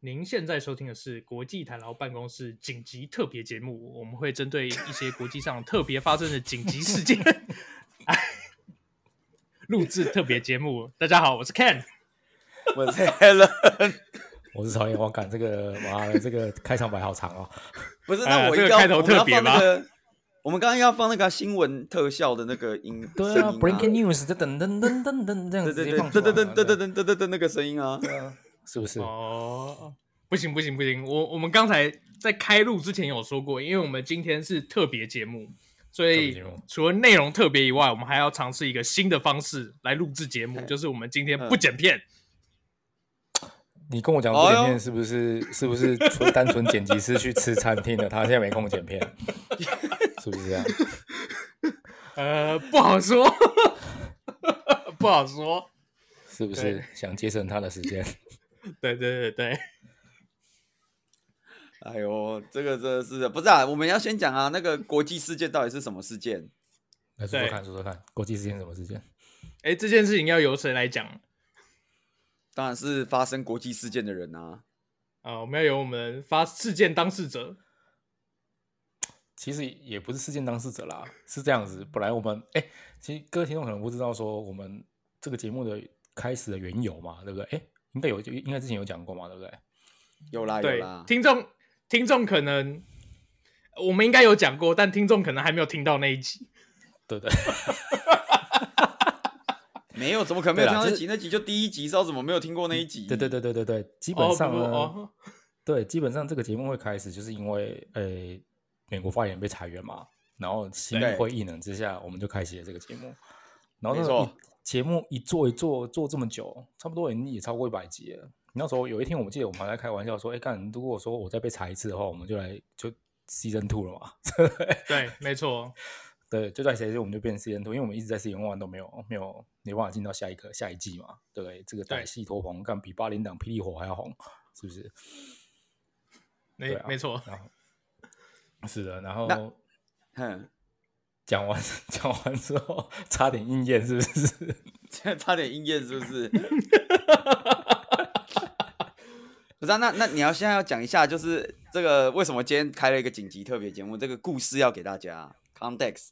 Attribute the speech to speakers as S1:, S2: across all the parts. S1: 您现在收听的是国际台劳办公室紧急特别节目，我们会针对一些国际上特别发生的紧急事 件哎录制特别节目。大家好，我是 Ken。
S2: 我是 Helen，
S3: 我是曹岩，我赶这个妈的这个开场白好长哦。
S2: 不是，
S1: 哎呀
S2: 那我一
S1: 这
S2: 定
S1: 个
S2: 要、
S1: 开头
S2: 我们要
S1: 特别
S2: 放
S1: 吧
S2: 那个，我们刚刚要放那个啊新闻特效的那个音，
S3: 对啊
S2: 声音
S3: ，Breaking News，这噔噔噔噔噔这样子
S2: 对
S3: 直
S2: 对
S3: 接
S2: 对
S3: 放
S2: 对对对对对
S3: 对，
S2: 对对对对，那个声音啊，
S3: 是不是？
S1: 哦，不行不行不行，我我们刚才在开录之前有说过，因为我们今天是特别节目，所
S3: 特别
S1: 以
S3: 节目
S1: 除了内容特别以外，我们还要尝试一个新的方式来录制节目，
S2: 嘿
S1: 就是我们今天
S2: 嗯
S1: 不剪片。
S3: 你跟我讲
S2: 哎
S3: 这
S2: 呦
S3: 里面是不是是不是纯单纯剪辑师去吃餐厅的？他现在没空剪 片，是不是这啊样？
S1: 呃，不好说， 不好说。
S3: 是不是想节省他的时间？
S1: 对对对 对，
S2: 哎呦，这个真的是不是啊？我们要先讲啊，那个国际事件到底是什么事件？
S3: 来说说
S1: 对
S3: 看，说说看，国际事件是什么事件？
S1: 哎，这件事情要由谁来讲？
S2: 当然是发生国际事件的人啊，
S1: 啊、我们要由我们发事件当事者。
S3: 其实也不是事件当事者啦，是这样子。本来我们哎、其实各位听众可能不知道说我们这个节目的开始的缘由嘛，对不对？哎、应该有，就应该之前有讲过嘛，对不对？
S2: 有啦有
S1: 对
S2: 啦，，
S1: 听众听众可能我们应该有讲过，但听众可能还没有听到那一集。
S3: 对 对，
S2: 没有怎么可能没有
S3: 对
S2: 听
S3: 啦
S2: 到
S3: 就
S2: 那
S3: 是
S2: 集？那集就第一集，知道怎么没有听过那一集？
S3: 对对对对对对，基本
S1: 哦不
S3: 上啊
S1: 不
S3: 呢，
S1: 哦，
S3: 对，基本上这个节目会开始，就是因为呃，美国发言人被裁员嘛，然后心
S2: 对
S3: 灰意冷之下，我们就开启了这个节目。然后
S2: 没
S3: 那
S2: 错
S3: 一节目一做一做做这么久，差不多也也超过一百集了。那时候有一天，我记得我们还在开玩笑说：“哎，干，如果说我再被裁一次的话，我们就来就 season two 了嘛。
S1: 对，没错，”
S3: 对，就在谁我们就变成 season two，因为我们一直在 season one 都没有没有没有办法进到下一个下一季嘛，对不对？这个
S1: 对
S3: 歹戏拖棚，干比八零档霹雳火还要红，是不是？
S1: 没、
S3: 对啊
S1: 没 错。
S3: 然后是的，然后
S2: 那哼，
S3: 讲完 讲完之后，差点应验，是不是？
S2: 差点应验是不是？不是、啊，那那你要现在要讲一下，就是这个为什么今天开了一个紧急特别节目，这个故事要给大家 context。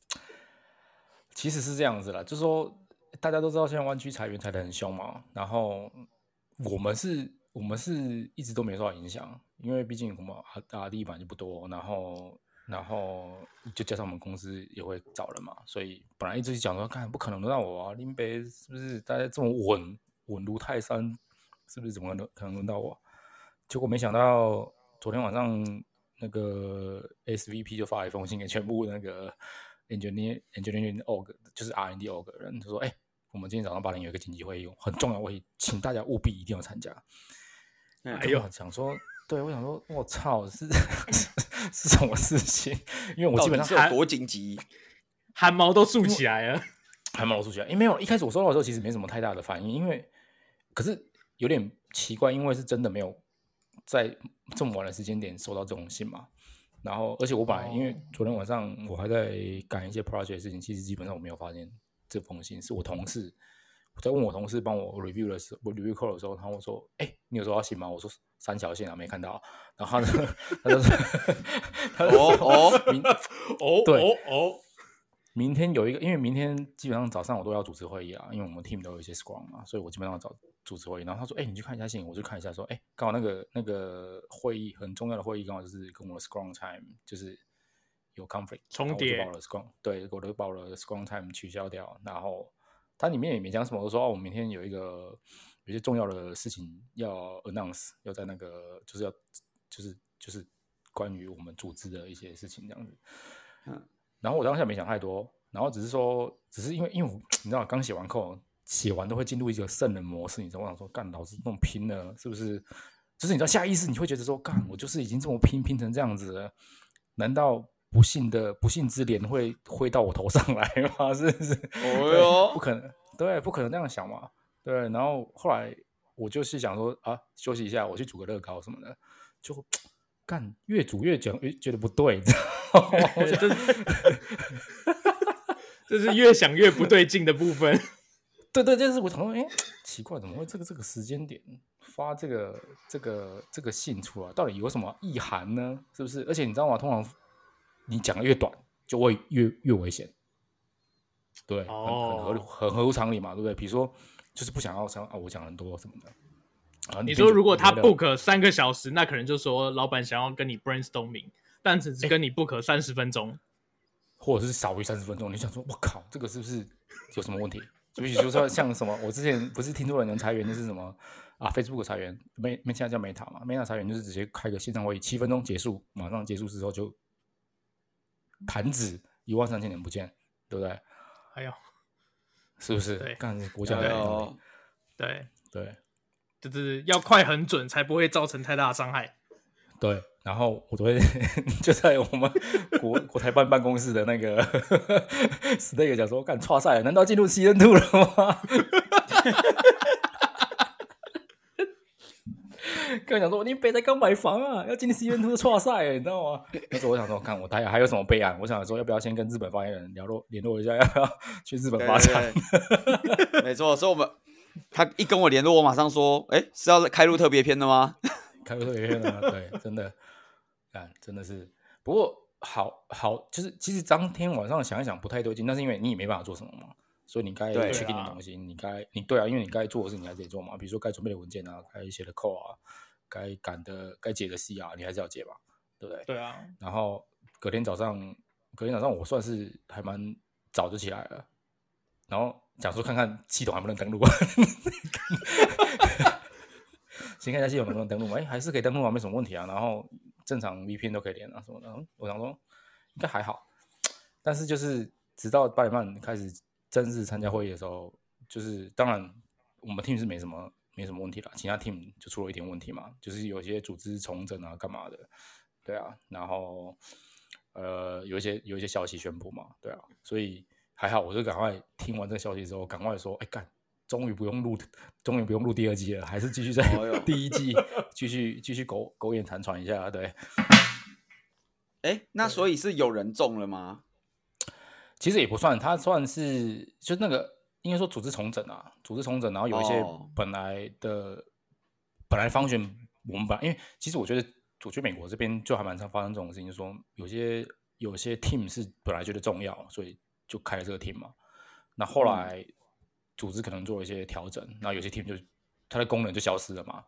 S3: 其实是这样子啦，就说大家都知道现在湾区裁员裁得很凶嘛，然后我们是，我们是一直都没受到影响，因为毕竟我们阿阿力本来就不多，然后然后就加上我们公司也会找人嘛，所以本来一直讲说，看不可能轮到我啊，林北是不是大家这么稳稳如泰山，是不是怎么可能可能轮到我？结果没想到昨天晚上那个 SVP 就发了一封信给全部那个 engineer engineering org，就是 R&D org 的人，就说：“哎、我们今天早上八点有一个紧急会议，很重要的会议，请大家务必一定要参加。”
S2: 嗯
S1: 哎呦
S3: 我想说，对我想说，我操， 是是是什么事情？因为我基本上
S2: 到底是有多紧急？
S1: 汗毛都竖起来 了。
S3: 还蛮老出去啊，因为没有一开始我收到的时候其实没什么太大的反应，因为可是有点奇怪，因为是真的没有在这么晚的时间点收到这种信嘛。然后，而且我本来因为
S1: 哦
S3: 昨天晚上我还在赶一些 project 的事情，其实基本上我没有发现这封信，是我同事我在问我同事帮我 review 的时候，我 review call 的时候，他问说：“哎、你有收到信吗？”我说：“三条线啊，没看到。”然后他就他就说他就说
S2: 哦哦，
S3: 明
S1: 哦
S3: 对
S1: 哦哦，
S3: 明天有一个，因为明天基本上早上我都要主持会议啊，因为我们 team 都有一些 scrum 嘛，所以我基本上早主持会议。然后他说：“哎、你去看一下信。”我就看一下，说：“哎、刚好那个那个会议很重要的会议，刚好就是跟我的 scrum time 就是有 conflict
S1: 重
S3: 然后我就
S1: 叠
S3: 把我的 scrum 对，我就把我的 scrum time 取消掉。然后它里面也没讲什么，我说哦，我明天有一个有一些重要的事情要 announce，要在那个就是要就是就是关于我们组织的一些事情这样子。”然后我当下没想太多，然后只是说，只是因为因为我你知道，刚写完扣，写完都会进入一个圣人模式，你知道，我想说，干，老子那么拼了，是不是？就是你知道，下意识你会觉得说，干，我就是已经这么拼，拼成这样子了，难道不幸的不幸之莲会挥到我头上来吗？ 是不是？
S2: 哦
S3: 对
S2: 哟
S3: 不可能，对，不可能那样想嘛，对。然后后来我就是想说啊，休息一下，我去煮个乐高什么的，就干，越煮越讲，越觉得不对，你知道吗？ 我
S1: 这是这是越想越不对劲的部分。
S3: 对对，这是我想说，哎、奇怪，怎么会这个这个时间点发这个这个这个信出来，到底有什么意涵呢？是不是？而且你知道吗？通常你讲的越短，就会越越危险。对，很很合理
S1: 哦
S3: 很合乎常理嘛，对不对？比如说，就是不想要想啊，我讲很多什么的。啊然后
S1: 你
S3: 边
S1: 说
S3: 讲
S1: 如果他
S3: 边聊
S1: book 三个小时，那可能就说老板想要跟你 brainstorming，但只是跟你 book 三十分钟。
S3: 或者是少于三十分钟，你想说，我靠，这个是不是有什么问题？就比如说像什么，我之前不是听说有人裁员，就是什么啊，Facebook 裁员，没没现在叫 Meta 嘛，Meta 裁员就是直接开个线上会议，七分钟结束，马上结束之后就弹指一万三千点不见，对不对？
S1: 哎呦，
S3: 是不是
S1: 对？
S3: 干国家的
S2: 哎
S3: 道理
S2: 呦，
S1: 对，
S3: 对
S1: 就是要快很准，才不会造成太大的伤害。
S3: 对。然后我昨天 就在我们国国台办办公室的那个 Stay 讲说，干差赛了，难道进入 C N two 了吗？ 跟我讲说，你北才刚买房啊，要进 C N two 差赛欸了，你知道吗？那时候我想说，看我台还有什么备案？我想说，要不要先跟日本发言人联络联络一下，要不要去日本
S2: 对
S3: 发展？
S2: 对对 没错，所以我们他一跟我联络，我马上说，哎、是要开录特别篇的吗？
S3: 开个特别篇啊， 对，真的，干真的是。不过好好，就是其实当天晚上想一想不太对劲，但是因为你也没办法做什么嘛，所以你该
S2: 对
S3: check in
S1: 对啊
S3: 的东西，你该你对啊，因为你该做的事你还得做嘛，比如说该准备的文件啊，该写的 code 啊，该赶的该解的 C 啊，你还是要解吧，对不对？
S1: 对啊，
S3: 然后隔天早上，隔天早上我算是还蛮早就起来了，然后想说看看系统还不能登录，啊 先看一下系统能不能登录嘛，哎、还是可以登录啊，没什么问题啊。然后正常 VPN 都可以连啊什么的，嗯我想说应该还好，但是就是直到八点半开始正式参加会议的时候，就是当然我们 team 是没什么没什么问题啦，其他 team 就出了一点问题嘛，就是有些组织重整啊干嘛的，对啊，然后呃有一些有一些消息宣布嘛，对啊，所以还好，我就赶快听完这个消息之后，赶快说，哎干。终于不用录，终于不用录第二季了，还是继续在
S2: 哎呦
S3: 第一季继续继续苟苟延残喘一下，对，
S2: 哎、那所以是有人中了吗？
S3: 其实也不算，它算是就那个应该说组织重整啊，组织重整，然后有一些
S2: 哦
S3: 本来的、本来方选，我们本来因为其实我觉得，我觉得美国这边就还蛮常发生这种事情，就是说有些有些 team 是本来觉得重要，所以就开了这个 team 嘛。那后来组织可能做了一些调整，那有些 team 就它的功能就消失了嘛。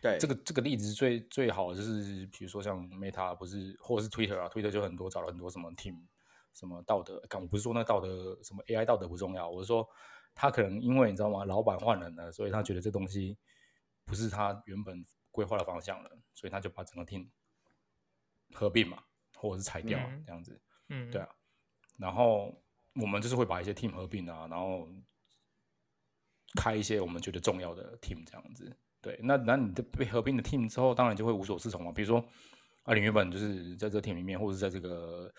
S2: 对，
S3: 这个这个例子最最好的就是，比如说像 Meta 不是，或者是 Twitter 啊，Twitter 就很多找了很多什么 team，什么道德，干我不是说那道德什么 AI 道德不重要，我是说他可能因为你知道吗，老板换人了，所以他觉得这东西不是他原本规划的方向了，所以他就把整个 team 合并嘛，或者是裁掉、啊
S1: 嗯
S3: 这样子。
S1: 嗯，
S3: 对啊然后我们就是会把一些 team 合并啊，然后开一些我们觉得重要的 team 这样子。对，那那你的被合并的 team 之后，当然就会无所适从嘛。比如说，啊，你原本就是在这个 team 里面，或者是在这个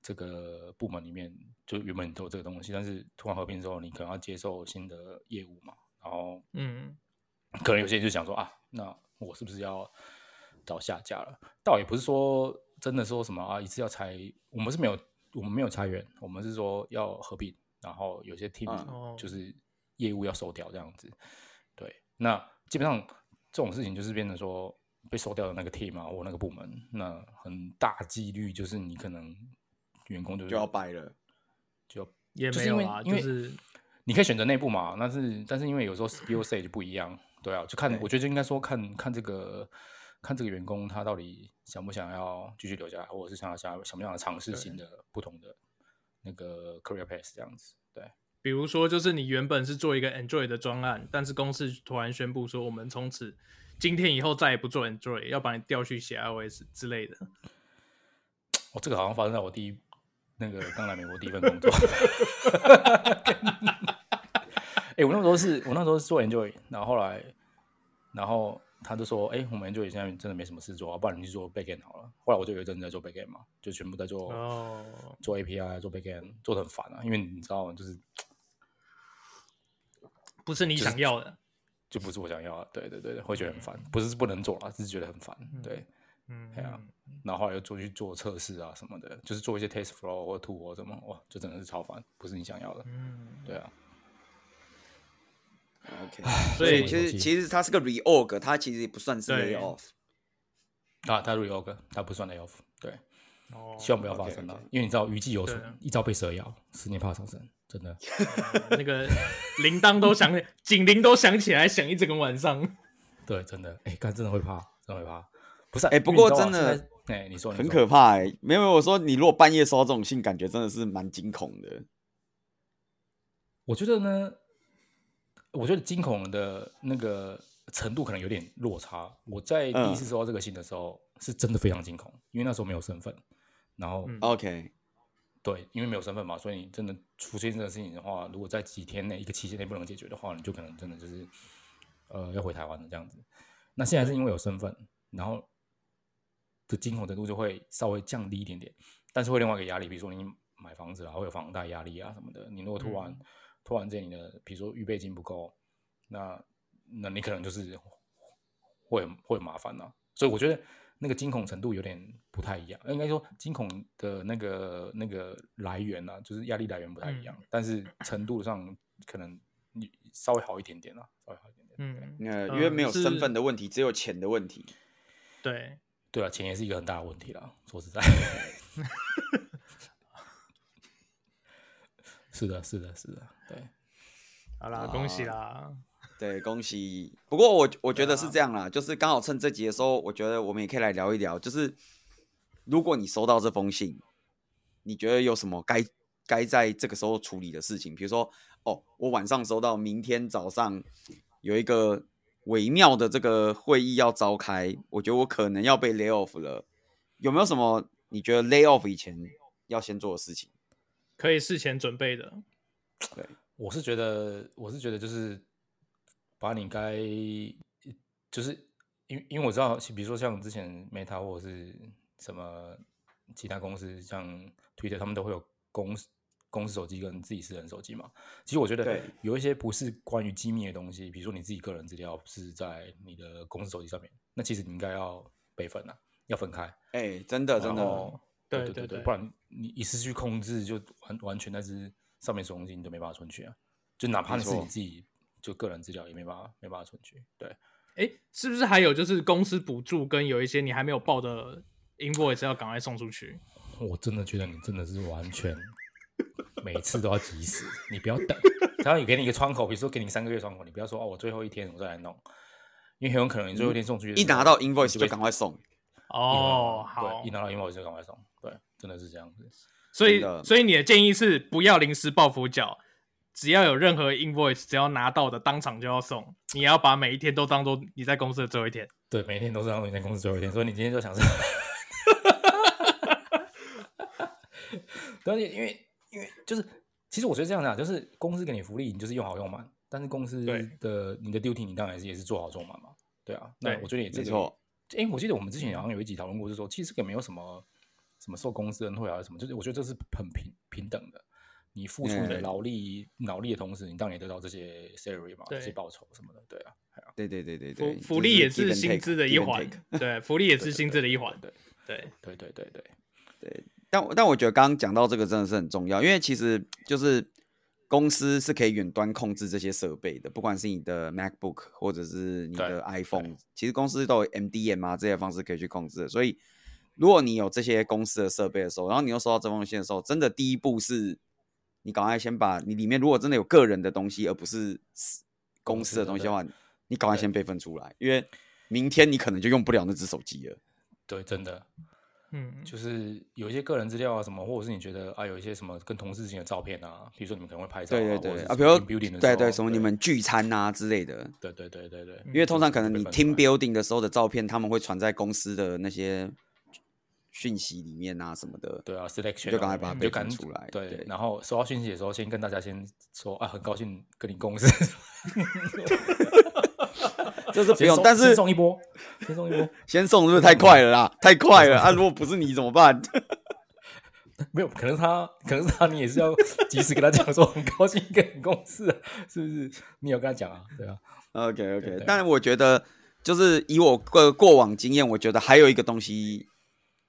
S3: 这个部门里面，就原本你都有这个东西，但是突然合并之后，你可能要接受新的业务嘛，然后
S1: 嗯，
S3: 可能有些人就想说啊，那我是不是要找下架了？倒也不是说真的说什么啊，一次要裁，我们是没有，我们没有裁员，我们是说要合并，然后有些 team
S1: 哦
S3: 就是业务要收掉这样子。对，那基本上这种事情就是变成说被收掉的那个 team 啊，或那个部门，那很大几率就是你可能员工就是
S2: 就要掰了。
S3: 就要
S1: 也
S3: 就
S1: 没
S3: 是因
S1: 有
S3: 为
S1: 啊，
S3: 因
S1: 就
S3: 为
S1: 是
S3: 你可以选择内部嘛，但是但是因为有时候 skill set 就不一样，对啊，就看我觉得就应该说看看这个看这个员工他到底想不想要继续留下来，或者是想要想要想不想要尝试新的不同的那个 career path 这样子，对，
S1: 比如说，就是你原本是做一个 Android 的专案，但是公司突然宣布说，我们从此今天以后再也不做 Android，要把你调去写 iOS 之类的。
S3: 哦，这个好像发生在我第一那个刚来美国第一份工作。 哎、我那时候是我那时候是做 Enjoy，然后后来，然后他就说，哎、我们 Enjoy 现在真的没什么事做、啊，不然你去做 Backend 好了。后来我就有一阵子在做 Backend 嘛，就全部在做、
S1: 哦，
S3: 做 API、做啊 Backend，做的很烦啊，因为你知道，就是
S1: 不是你想要的。
S3: 就不是我想要的，啊对对对对，会觉得很烦，不是不能做啦，只是觉得很烦，对。
S1: 嗯，
S3: 对啊然后后来又做去做测试啊什么的，就是做一些 test 嗯 flow 或 tool 或什么，哇，就真的是超烦，不是你想要的。
S1: 嗯，
S3: 对啊，
S2: OK，
S1: 所
S2: 所以
S3: 啊
S1: 以
S2: 其实其实它是个 reorg，它其实也不算是
S1: 对
S2: lay off。
S3: 啊，他 reorg，他不算 layoff，对，
S1: 哦，
S3: 希望不要发
S2: OK，
S3: 生了
S2: OK，
S3: 因为你知道余悸有
S1: 对啊
S3: 存，一朝被蛇咬，十年怕草绳，真的。
S1: 那个铃铛都响，警铃都响起来，响一整个晚
S3: 哦
S1: 上。
S3: 对，真的，哎、干真的会怕，真的会怕。不是啊，
S2: 哎不
S3: 因为你
S2: 过
S3: 知道啊
S2: 真的
S3: 现在哎、你说你
S2: 很
S3: 说
S2: 可怕哎、没有我说你如果半夜收到这种信，感觉真的是蛮惊恐的。
S3: 我觉得呢，我觉得惊恐的那个程度可能有点落差。我在
S2: 嗯
S3: 第一次收到这个信的时候，是真的非常惊恐，因为那时候没有身份，然后、
S1: 嗯
S2: OK，
S3: 对，因为没有身份嘛，所以你真的出现这个事情的话，如果在几天内一个期限内不能解决的话，你就可能真的就是呃要回台湾了这样子。那现在是因为有身份，然后的惊恐程度就会稍微降低一点点，但是会另外一个压力，比如说你买房子啊，会有房贷压力啊什么的。你如果突然、突然间你的比如说预备金不够，那那你可能就是会很会很麻烦呐、啊所以我觉得那个惊恐程度有点不太一样，呃应该说惊恐的那个那个来源啊，就是压力来源不太一样，但是程度上可能你稍微好一点点啦、稍微好一点点。
S1: 嗯，呃
S2: 呃，因为没有
S1: 是
S2: 身份的问题，只有钱的问题。
S1: 对，
S3: 对啊，钱也是一个很大的问题啦，说实在。是的，是的，是的，对，
S1: 好
S3: 啊
S1: 啦，恭喜啦！
S2: 对，恭喜！不过我我觉得是这样啦，就是刚好趁这集的时候，我觉得我们也可以来聊一聊，就是如果你收到这封信，你觉得有什么该该在这个时候处理的事情？比如说，哦，我晚上收到，明天早上有一个微妙的这个会议要召开，我觉得我可能要被 lay off 了，有没有什么你觉得 lay off 以前要先做的事情？
S1: 可以事前准备的，
S2: 对，
S3: 我是觉得，我是觉得就是把你该就是因为因为我知道，比如说像之前 Meta 或者是什么其他公司，像 Twitter 他们都会有公司公司手机跟自己私人手机嘛。其实我觉得
S2: 对
S3: 有一些不是关于机密的东西，比如说你自己个人资料是在你的公司手机上面，那其实你应该要备份啊，要分开。
S2: 哎、真的真
S3: 然
S2: 的，
S3: 后
S1: 对
S3: 对
S1: 对
S3: 对，
S1: 对
S3: 不然你一失去控制，就完完全那只上面所有东西你都没办法存取啊，就哪怕
S2: 没
S3: 是你
S2: 错
S3: 自己就个人资料也没办法没办法存取。对，
S1: 哎，是不是还有就是公司补助跟有一些你还没有报的 invoice 要赶快送出去？
S3: 我真的觉得你真的是完 全每次都要急死，你不要 等，他也给你一个窗口，比如说给你三个月窗口，你不要说哦，我最后一天我再来弄，因为很有可能你最后一天送出去的
S2: 嗯一
S3: 时候
S2: 拿到
S3: 你
S2: invoice 就
S3: 被
S2: 赶快送。
S1: 哦，
S2: 啊
S3: 对
S1: 好
S3: 一，拿到 invoice 就赶快送，对，真的是这样子。
S1: 所以
S2: 真的
S1: 所以你的建议是不要临时抱佛脚，只要有任何 invoice，只要拿到的当场就要送，你也要把每一天都当做你在公司的最后一天。
S3: 对，每天都是让你在公司最后一天，所以你今天 就想是，对，啊因为因为就是，其实我觉得这样讲，就是公司给你福利，你就是用好用满，但是公司
S1: 对
S3: 的你的 duty 你当然是也是做好做满嘛，对啊，那
S1: 对
S3: 我觉得也这
S2: 没
S3: 个
S2: 错，
S3: 哎，我记得我们之前好像有一集讨论过，就是说其实这个没有什么什么受公司恩惠啊什么，就是我觉得这是很平平等的。你付出你的
S2: 嗯
S3: 劳力、脑力的同时，你当然也得到这些 salary 嘛，这些
S1: 对
S3: 报酬什么的，对啊。
S2: 对对对对
S1: 福
S2: 对，
S1: 福
S2: 就
S1: 利也
S2: give
S1: 是
S2: and
S1: 薪
S2: take，
S1: 资的一
S2: give and
S1: 环
S2: take，
S1: 对，福利也是
S3: 对对
S1: 薪
S3: 对
S1: 资的
S3: 对
S1: 一
S3: 对
S1: 环，
S3: 对
S1: 对，
S3: 对对对对，
S2: 但我但我觉得刚刚讲到这个真的是很重要，因为其实就是公司是可以远端控制这些设备的，不管是你的 MacBook 或者是你
S3: 对
S2: 的 iPhone，其实公司都有 MDM 啊这些方式可以去控制的。所以如果你有这些公司的设备的时候，然后你又收到这封信的时候，真的第一步是你赶快先把你里面如果真的有个人的东西，而不是私公
S3: 公
S2: 司
S3: 司
S2: 的
S3: 的
S2: 东
S3: 对
S2: 西的话，你赶快先备份出来，因为明天你可能就用不了那只手机了。
S3: 对，真的
S1: 嗯，
S3: 就是有一些个人资料啊什么，或者是你觉得啊有一些什么跟同事之间的照片啊，比如说你们可能会拍照、啊，
S2: 对对
S3: 或
S2: 对
S3: 者是
S2: 啊，
S3: 什
S2: 比
S3: 么
S2: 如
S3: team building 的
S2: 对
S3: 时
S2: 对
S3: 候嗯
S2: 什么你，们聚餐啊之类的，
S3: 对对对对对，
S2: 因为通常可能
S3: 被
S2: 你
S3: 分出
S2: team
S3: 来
S2: building 的时候的照片，他们会传在公司的那些讯息里面啊什么的。
S3: 对啊，selection
S2: 就赶
S3: 啊
S2: 快把它
S3: 你
S2: 备
S3: 就
S2: 份
S3: 赶
S2: 出来
S3: 对，
S2: 对
S3: 然后收到讯息的时候，先跟大家先说啊，很高兴跟你公司，
S2: 这是不
S3: 先
S2: 用
S3: 送，
S2: 但
S3: 先
S2: 是
S3: 送一波，先送一波，
S2: 先送是不是太快了啦？太快了啊！如果不是你怎么办？
S3: 没有，可能是他，可能是他，你也是要及时跟他讲说，很高兴跟你公司啊，是不是？你有跟他讲啊，对啊，
S2: OK
S3: 对
S2: OK，
S3: 对
S2: 但是我觉得就是以我过过往经验，我觉得还有一个东西，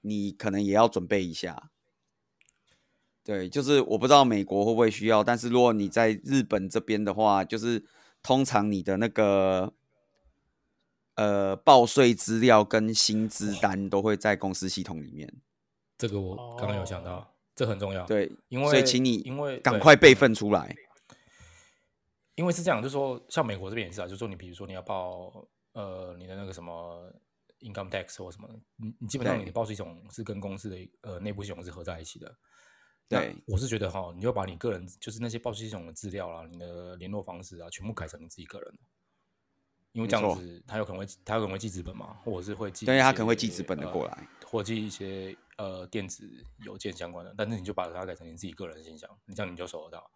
S2: 你可能也要准备一下。对，就是我不知道美国会不会需要，但是如果你在日本这边的话，就是通常你的那个呃报税资料跟薪资单都会在公司系统里面。
S3: 这个我刚刚有想到，
S1: 哦
S3: 这很重要。，
S2: 对，
S3: 因为
S2: 所以请你
S3: 因为
S2: 赶
S3: 对
S2: 快备份出来。
S3: 因为是这样，就说像美国这边也是啊，就说你比如说你要报呃你的那个什么 income tax 或什么的，你你基本上
S2: 对
S3: 你的报税系统是跟公司的一呃内部系统是合在一起的。那
S2: 对，
S3: 我是觉得哈，你要把你个人就是那些报税系统的资料啊啦、你的联络方式啊，全部改成你自己个人的，因为这
S2: 没
S3: 样
S2: 错
S3: 子他有可能会他有可能会记纸本嘛，或者是会记一些，
S2: 对他可能会寄纸本的过来
S3: 呃，或寄一些呃电子邮件相关的，但是你就把它改成你自己个人的信箱，你这样你就收得到，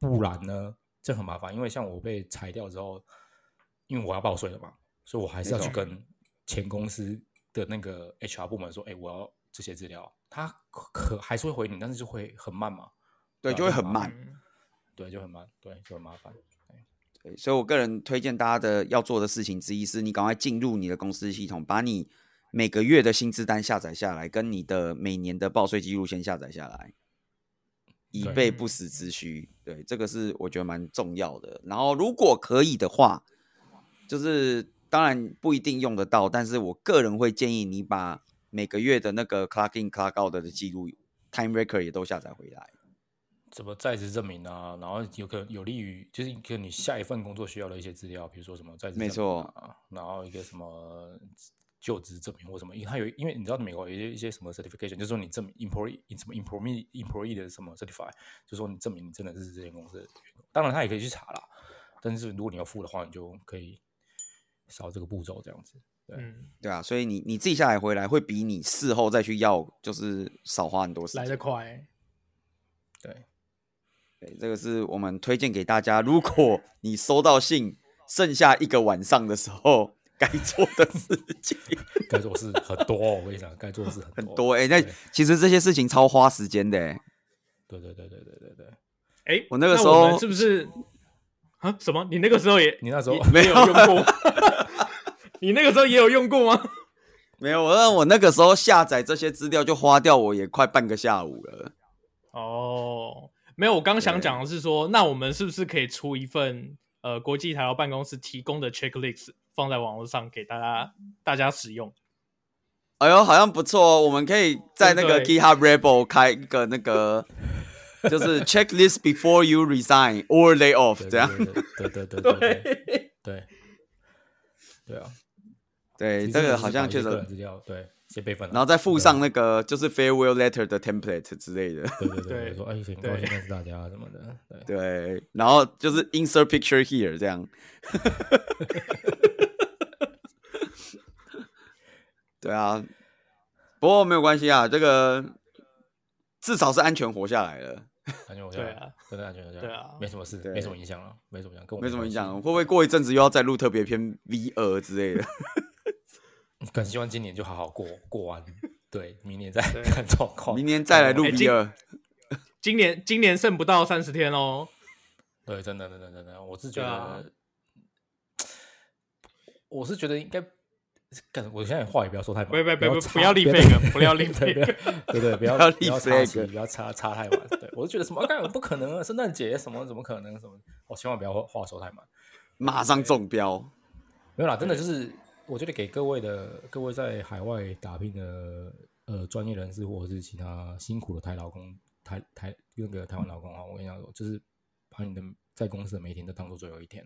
S3: 不然呢，这很麻烦，因为像我被裁掉之后，因为我要报税了嘛，所以我还是要去
S2: 没
S3: 跟前公司的那个 HR 部门说，哎、我要这些资料，他可可还是会回你，但是就会很慢嘛，
S2: 对，
S3: 啊
S2: 就会
S3: 很
S2: 很
S3: 麻
S2: 慢。
S1: 嗯
S3: 对，就很慢，对，就很麻烦。
S2: 对，所以我个人推荐大家的要做的事情之一是，你赶快进入你的公司系统，把你每个月的薪资单下载下来，跟你的每年的报税记录先下载下来，以
S3: 对
S2: 备不时之需。对，这个是我觉得蛮重要的。然后如果可以的话，就是当然不一定用得到，但是我个人会建议你把每个月的那个 clock in clock out 的记录 time record 也都下载回来。
S3: 怎么在职证明啊，然后有可有利于就是可能你下一份工作需要的一些资料，比如说什么在职证
S2: 没
S3: 明啊，然后一个什么就职证明或什么，因为它有因为你知道美国有一些一些什么 certification，就是说你证明 employee 什么 employee employee 的什么 certify，就是说你证明你真的是这间公司的员工。当然他也可以去查啦，但是如果你要付的话，你就可以少这个步骤这样子。对，
S1: 嗯，
S2: 对啊，所以你你自己下来回来会比你事后再去要，就是少花很多时
S1: 来得
S2: 间。
S1: 快，
S3: 对，
S2: 对，这个是我们推荐给大家。如果你收到信剩下一个晚上的时候，该做的事 情
S3: 该做的事很多、哦，我跟你讲，该做的事很
S2: 很
S3: 多
S2: 多。哎、那
S3: 对
S2: 其实这些事情超花时间的、欸。
S3: 对对对对对对对，
S1: 哎、
S2: 我那个时
S1: 我们
S2: 候
S1: 是不是啊？什么？你那个时候也
S3: 你那时候
S1: 也也有用过？ 你那个时候也有用过吗？
S2: 没有，我我那个时候下载这些资料就花掉我也快半个下午了。
S1: 哦，没有，我刚想
S2: 对
S1: 讲的是说，那我们是不是可以出一份呃国际台劳办公室提供的 checklist 放在网络上给大家大家使用？
S2: 哎呦，好像不错哦。我们可以在那个
S3: 欸
S1: 对
S2: GitHub Rebel 开一个那个，就是 checklist before you resign or lay off
S3: 对
S2: 这样。
S3: 对对对对对对对对啊，其
S2: 对，哎这
S3: 实
S2: 个
S3: 就是
S2: 好像
S3: 把一些
S2: 确实
S3: 个人资料对先备份啊，
S2: 然后再附上那个就是 farewell letter 的 template 之类的。
S3: 对对对
S1: 对
S3: 对，说哎，很高
S1: 对
S3: 兴认识大家啊什么的，对
S2: 对，然后就是 insert picture here 这样。对啊，不过没有关系啊，这个至少是安全活下来了，
S3: 安全无
S1: 对
S3: 恙
S1: 啊，
S3: 真的安全无恙，
S1: 对啊
S3: 没什么事，
S2: 对
S3: 没什么影响了，哦没什么影响，跟我
S2: 没什么影响。会
S3: 关
S2: 不会过一阵子又要再录特别篇 V 二之类的？
S3: 系，很希望今年就好好过过完，对，明年再
S1: 对
S3: 看状况，
S2: 明年再
S3: 哦
S2: 来录
S1: 哎今
S2: V 二，
S1: 今年今年剩不到三十天哦。
S3: 对，真的，真的，真的，我是觉
S1: 对
S3: 得，
S1: 啊
S3: 我是觉得应该，干，我现在话也不要说太满，
S1: 不不不
S3: 要
S1: 不
S3: 插
S1: 不要立 flag，不要立
S3: 对
S1: flag
S3: 对对，不要
S2: 不要
S3: 不
S2: 立
S3: 要插
S2: flag
S3: 旗，不要插插太满。对我就觉得什么，干不可能啊，圣诞节什么怎么可能什么，我千万不要话话说太满。
S2: 马上中标。
S3: 没有啦，真的就是，我觉得给各位的各位在海外打拼的呃专业人士或者是其他辛苦的台劳工台台那个台湾劳工啊，我跟你讲说，就是把你的在公司的每一天都当做最后一天。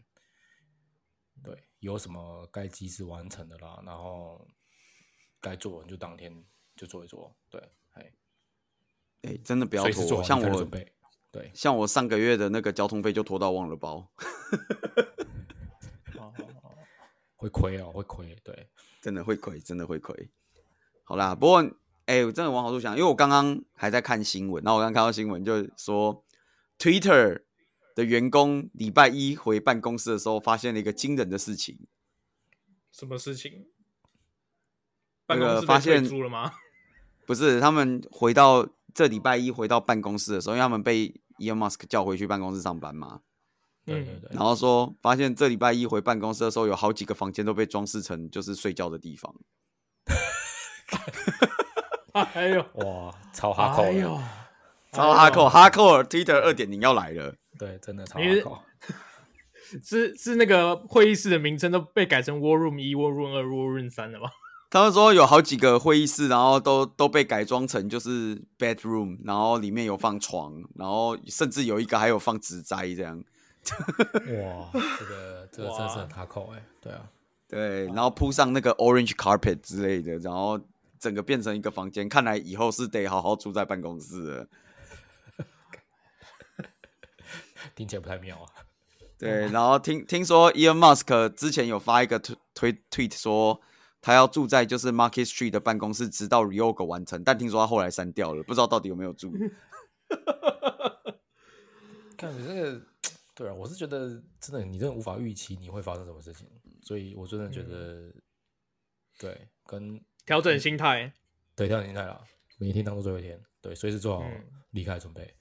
S3: 对，有什么该及时完成的啦，然后该做的你就当天就做一做，对，哎，
S2: 哎，真的不要
S3: 随时做
S2: 拖，
S3: 好
S2: 像
S3: 你才能
S2: 我
S3: 准备，对，
S2: 像我上个月的那个交通费就拖到忘了包，
S1: 哦哦哦
S3: 会亏哦，会亏，对，
S2: 真的会亏，真的会亏。好啦，不过哎、我真的往好处想，因为我刚刚还在看新闻，然后我刚看到新闻就说，Twitter 的员工礼拜一回办公室的时候，发现了一个惊人的事情，
S1: 什么事情？
S2: 那
S1: 办
S2: 个
S1: 公室被
S2: 发现
S1: 退租了吗？
S2: 不是他们回到这礼拜一回到办公室的时候，因为他们被 Elon Musk 叫回去办公室上班嘛，
S3: 对
S1: 嗯
S3: 对对，
S2: 然后说发现这礼拜一回办公室的时候，有好几个房间都被装饰成就是睡觉的地方。
S1: 哎 呦，
S3: 哇，超哈扣
S1: 哎
S3: 的，
S1: 呦，哦
S2: 超哈扣，哈扣 Twitter 二点零要来了。
S3: 对，真的超
S1: 你
S3: 哈
S1: 是
S3: 扣，
S1: 是是那个会议室的名称都被改成 War Room 一、War Room 二、War Room 三了吧？
S2: 他们说有好几个会议室，然后都都被改装成就是 bedroom，然后里面有放床，然后甚至有一个还有放纸栽这样。
S3: 哇， 这个这个真的是
S1: 哇
S3: 很哈口哎，对啊，
S2: 对，然后铺上那个 orange carpet 之类的，然后整个变成一个房间，看来以后是得好好住在办公室了。
S3: 听起来不太妙啊。
S2: 对，然后听听说 Elon Musk 之前有发一个推推 tweet 说他要住在就是 Market Street 的办公室，直到 Reorg 完成，但听说他后来删掉了，不知道到底有没有住。
S3: 看你这个，对啊，我是觉得真的，你真的无法预期你会发生什么事情，所以我真的觉得，对，跟
S1: 调整心态，
S3: 对调整心态啦，每一天当做最后一天，对，随时做好
S1: 嗯
S3: 离开的准备，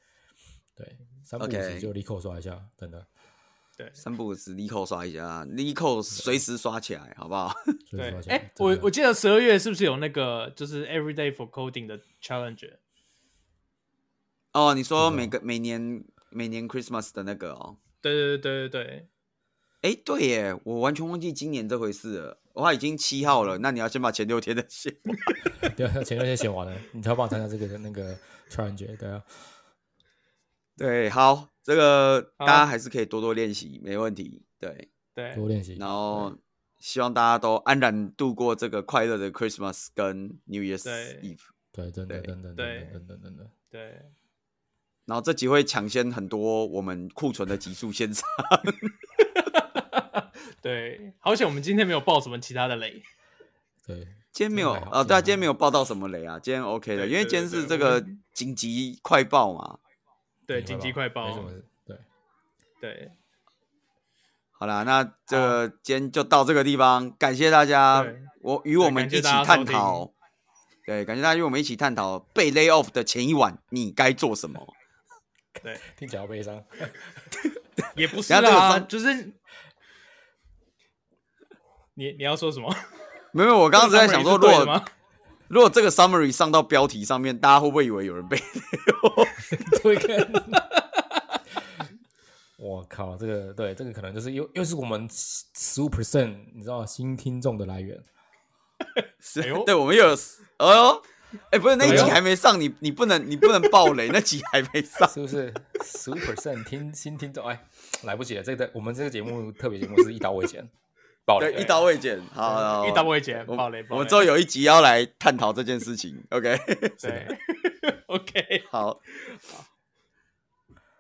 S3: 对，三不五
S2: OK
S3: 时就立刻刷一下，真的，
S1: 对
S2: 三不五时立扣刷一下，立扣随时刷起来，好不 好？
S3: 随
S1: 对
S3: 时刷。起来
S1: 哎，我
S3: 真的
S1: 我记得十二月是不是有那个就是 Every Day for Coding 的 challenge？
S2: 哦，你说每个每年每年 Christmas 的那个哦，
S1: 对对对对对
S2: 哎，对耶，我完全忘记今年这回事了。哇，已经七号了，那你要先把 前六天的写完。
S3: 对啊，前段时间写完了，你才有办法参加这个那 个 challenge，对啊，
S2: 对，好，这个
S1: 好
S2: 大家还是可以多多练习，没问题。对，
S1: 对对
S3: 多练习，
S2: 然后希望大家都安然度过这个快乐的 Christmas 跟 New Year's
S1: 对
S2: Eve。
S3: 对，真的，
S2: 对
S3: 真的，
S1: 对
S3: 真的，真的，真的，
S1: 对，
S2: 然后这集会抢先很多我们库存的集数先上。
S1: 对，好险我们今天没有爆什么其他的雷。
S3: 对，
S2: 今天没有
S3: 今天还好
S2: 呃，对啊，今
S3: 今天还好
S2: 天没有报到什么雷啊，今天 OK 的，
S1: 对
S2: 因为
S1: 对
S2: 今天是
S1: 对
S2: 这
S1: 我
S2: 个
S1: 们
S2: 紧急快报嘛。
S1: 对，紧急快
S3: 啊没什
S1: 报
S3: 么，事，对，
S1: 对
S2: 好啦，那这个今天就到这个地方，感谢大家
S1: 对，
S2: 我与我
S1: 对
S2: 们
S1: 感
S2: 一
S1: 谢
S2: 起
S1: 大家
S2: 探
S1: 收听
S2: 讨。对，感谢大家与我们一起探讨被 lay off 的前一晚你该做什么。
S1: 对，
S3: 听起来好悲伤。
S1: 也不是
S2: 等下这个
S1: 啦，
S2: 三
S1: 就是你你要说什么？
S2: 没有，我刚刚只在想 说，
S1: 这
S2: 如
S1: 个 summary 是对的
S2: 果
S1: 吗？
S2: 如果这个 summary 上到标题上面，大家会不会以为有人被？
S3: 对跟。我靠，这个对，这个可能就是又又是我们十五 percent，你知道新听众的来源。
S2: 是
S1: 哎呦 啊
S2: 对，我们又有，哎呦，哎，不是那一
S3: 哎
S2: 集
S3: 呦
S2: 还没上，你你不能你不能爆雷，那集还没上。
S3: 是不是十五 percent 听新听众？哎，来不及了，这个我们这个节目特别节目是一刀未剪，爆
S2: 对，
S3: 雷
S2: 一刀未剪，好，好
S1: 一刀未剪，
S2: 我
S1: 爆雷，
S2: 我
S1: 爆
S2: 们
S1: 雷
S2: 之后有一集要来探讨这件事情。OK，
S1: 对，OK，
S2: 好，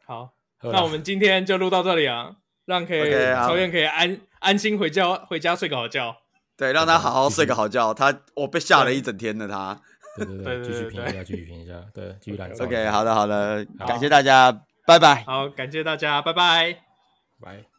S1: 好，
S3: 好啦
S1: 那我们今天就录到这里啊，让可以
S2: OK，好
S1: 曹燕可以安安心回家回家睡个好觉。
S2: 对，让他好好睡个好觉。他我被吓了一整天的他。
S3: 对对
S1: 对对
S3: 对，继续
S1: 对
S3: 评一下，继续评一下，对，继续来。
S2: OK，好的好的，
S3: 好
S2: 感谢大家，拜拜。
S1: 好，感谢大家，拜拜。
S3: 拜。